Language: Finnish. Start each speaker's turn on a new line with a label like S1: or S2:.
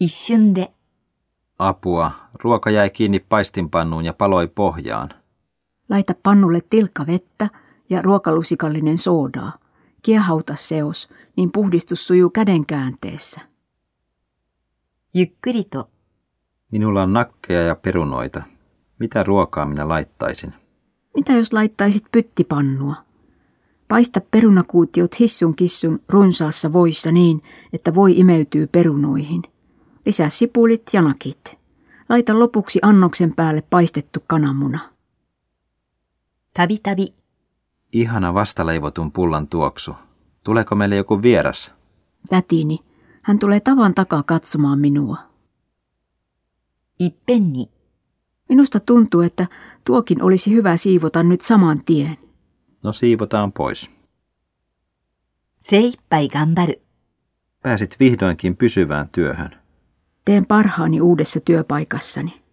S1: 一瞬で。
S2: Apua. Ruoka jäi kiinni paistinpannuun ja paloi pohjaan.
S1: Laita pannulle tilkka vettä ja ruokalusikallinen soodaa. Kiehauta seos, niin puhdistus sujuu käden käänteessä. Jykkrito.
S2: Minulla on nakkeja ja perunoita. Mitä ruokaa minä laittaisin?
S1: Mitä jos laittaisit pyttipannua? Paista perunakuutiot hissun kissun runsaassa voissa niin, että voi imeytyy perunoihin. Lisää sipulit ja nakit. Laita lopuksi annoksen päälle paistettu kananmuna. Tavi tavi.
S2: Ihana vastaleivotun pullan tuoksu. Tuleeko meille joku vieras?
S1: Tätini. Hän tulee tavan takaa katsomaan minua. Ippenni. Minusta tuntuu, että tuokin olisi hyvä siivota nyt saman tien.
S2: No siivotaan pois.
S1: Seippäi gambaru.
S2: Pääsit vihdoinkin pysyvään työhön.
S1: Teen parhaani uudessa työpaikassani.